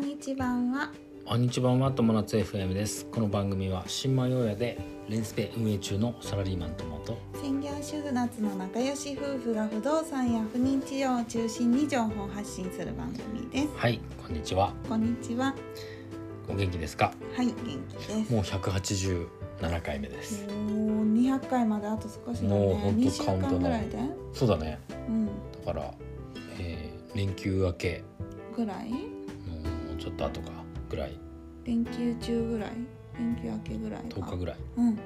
日版はこんにちは友達 FM ですこの番組は新米親でレンスペ運営中のサラリーマン友と専業主婦夏の仲良し夫婦が不動産や不妊治療を中心に情報を発信する番組ですはいこんにちはこんにちはお元気ですかはい元気ですもう187回目です、もう200回まであと少しだもうねほんと2週カウント間ダウンぐらいでそうだねうんだから、えー連休明けぐらいのもうちょっと後かぐらい連休中ぐらい連休明けぐらいか10日ぐらいうんだ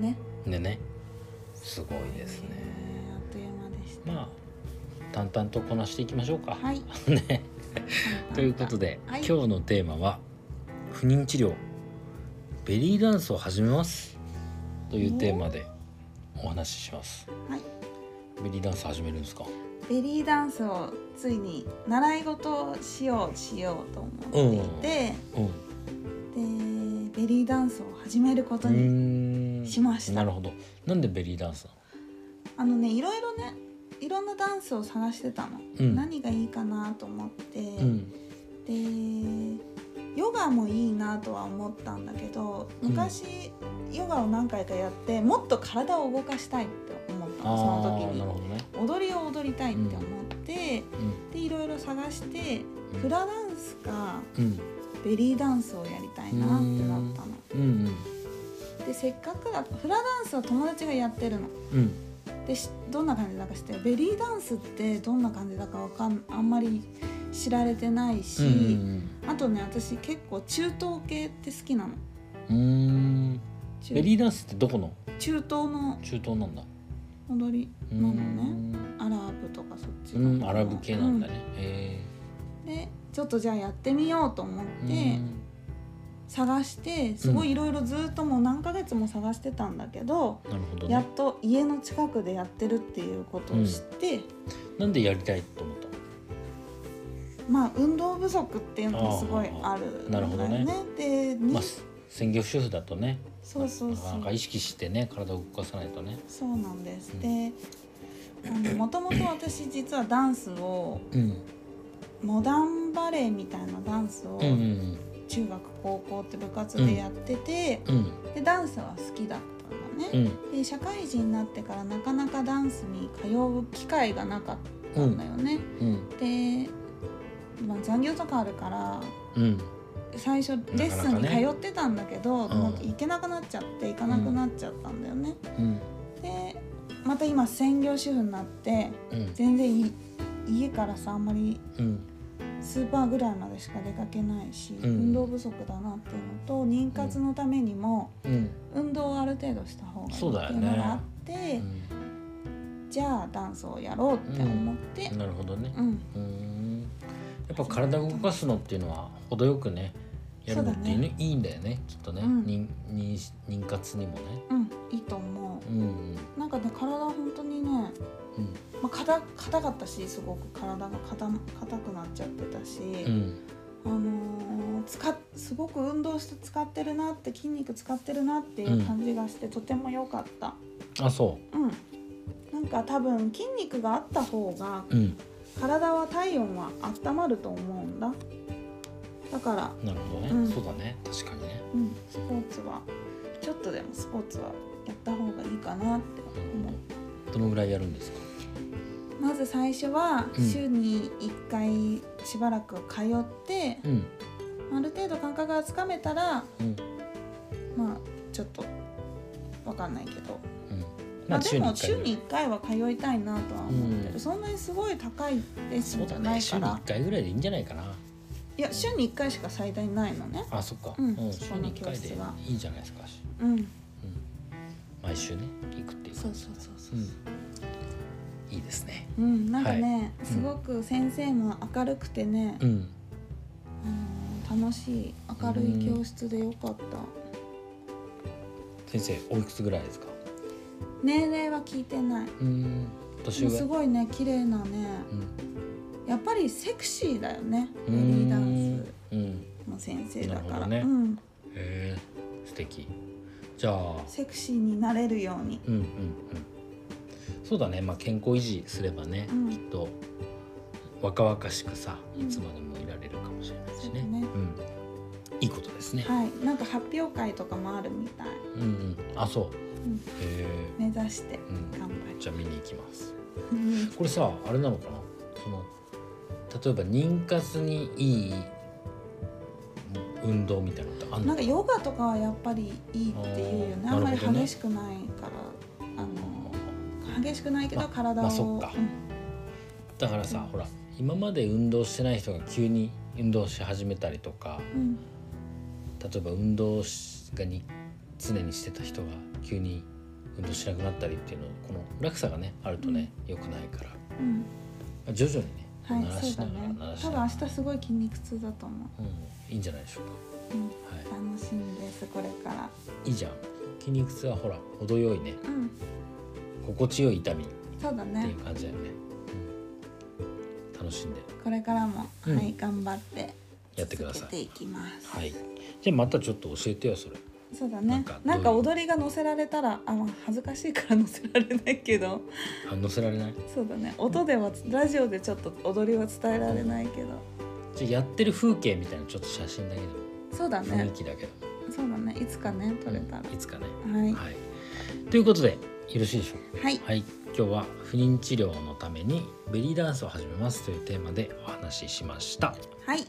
ねでねすごいですねえーあっという間でしたまあ淡々とこなしていきましょうか、はいね ということで、はい今日のテーマは不妊治療ベリーダンスを始めますというテーマでお話ししますはいベリーダンス始めるんですかベリーダンスをついに習い事をしようしようと思っていうんて、でベリーダンスを始めることうに、ーんしましたなるほどなんでベリーダンスなあのねいろいろねいろんなダンスを探してたの、うん何がいいかなと思って、のうんでヨガもいいなとは思ったんだけど昔、ヨガを何回かやってもっと体を動かしたいって思ったのそのあー時なるにほどね踊りを踊りたいって思って、うんでいろいろ探してうんフラダンスかうんベリーダンスをやりたいなってなったのうんでせっかくだフラダンスは友達がやってるのうんうんでしどんな感じだか知ってるベリーダンスってどんな感じだかわかんあんまり知られてないし、うんうんあとね私結構中東系って好きなのうんうーん中ベリーダンスってどこの中東の中東なんだ踊りうなーんのねアラブとかそっちうのんアラブ系なんだね、へうんでちょっとじゃあやってみようと思っえて探してすごいいろいろずっともう何ヶ月も探してたんだけど、なるほどやっねと家の近くでやってるっていうことを知って、なんでやりたいと思ったのまあ運動不足っていうのがすごいあるんだなるよほどねで、にまあ専業主婦だとねそうそうなかそなかう意識してね体を動かさないとねそうなんです、うんであのもともと私実はダンスをうんモダンバレエみたいなダンスをうんうん中学高校って部活でやってて、うんでダンスは好きだったんだうね、んで社会人になってからなかなかダンスに通う機会がなかったんだよね、うんで、まあ、残業とかあるからうん最初レッスンに通ってたんだけどなかなかねもう行けなくなっちゃって行かなくなっちゃったんだよね、うんでまた今専業主婦になってうん全然い家からさあんまりうんスーパーぐらいまでしか出かけないし、うん運動不足だなっていうのと妊活のためにもうん運動をある程度した方がいいそうだっよてねいうのがあって、じゃあダンスをやろうって思ってうん、なるほどねうんうーんやっぱ体を動かすのっていうのは程よくねやるのっていい,、そうだいいんだよねきっとね、うん妊妊妊活にもねうん、いいと思うんうんうなんかね体本当にねうんまあ、硬硬かったしすごく体が硬硬くなっちゃってたし、うんあのー使っすごく運動して使ってるなって筋肉使ってるなっていう感じがして、とても良かったあそうんなんか多分筋肉があった方がううん体は体温は温まると思うんだだから、なるほどね、うんそうだね確かにねうん、スポーツはちょっとでもスポーツはやった方がいいかなって思うどのぐらいやるんですかまず最初はうん週に1回しばらく通って、うんある程度感覚がつかめたらうんまあちょっとわかんないけど、うんまあ、でも週ぐらいに1回は通いたいなとは思ってる、うんそんなにすごい高いレッスそンうじだゃなねい週かにら、 1回ぐらいでいいんじゃないかないや週に1回しか最大ないのねあそっか、うん週そこのに1回教で室はいいじゃないですかし、うんうん、毎週ね行くっていうそう感じそうそうそうう、んいいですねうんなんかね、いすごく先生も明るくてね、うんあの楽しい明るい教室でよかった、先生おいくつぐらいですか年齢は聞いてないうん年もう上すごいね綺麗なねうんやっぱりセクシーだよねベリーダンうんうんスの先生だから、なるうほどんへえ素敵じゃあセクシーになれるように、うんうんうんそうだねまあ健康維持すればね、うんきっと若々しくさうんいつまでもいられるかもしれないしね,、そううんねいいことですね、はいなんか発表会とかもあるみたいうんうんあそう、うんへ目指してえ、うん、頑張じゃあ見に行きまする、うんこれさあれなのかなその例えば妊活にいい運動みたいなのってあんなのんかヨガとかはやっぱりいいっていうよねあーあんまりなるほどね激しくないからあの激しくないけどま体を、まあそっかうんだからさほら今まで運動してない人が急に運動し始めたりとかうん例えば運動しがに常にしてた人が急に運動しなくなったりっていうのこの落差がねあるとね良くないからうんまあ徐々にねはい鳴らそうしだながらね鳴らし多な分が明ら日すごい筋肉痛だと思うんいいんじゃないでしょうう、うん、かは楽しみですこれからいいいじゃん筋肉痛はほら程よいねうん心地よい痛みっそうだてねいう感じだよねうん楽しんでこれからも、うんはい頑張ってやってください続けていきます、はいじゃあまたちょっと教えてよそれそうだなんねかなんかどういう踊りが載せられたらあまあ恥ずかしいから載せられないけどあ載せられないそうだね音ではラジオでちょっと踊りは伝えられないけどじゃあやってる風景みたいなちょっと写真だけでもそうだ雰囲ね気だけどそうだねいつかね撮れたら、いつかねはいはいということでよろしいでしょうかはいはい、今日は不妊治療のためにベリーダンスを始めますというテーマでお話ししました。はい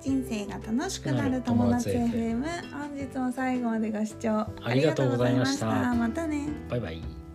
人生が楽しくなる友達 FM 本日も最後までご視聴ありがとうございましたありがとうございましたまたねバイバイ。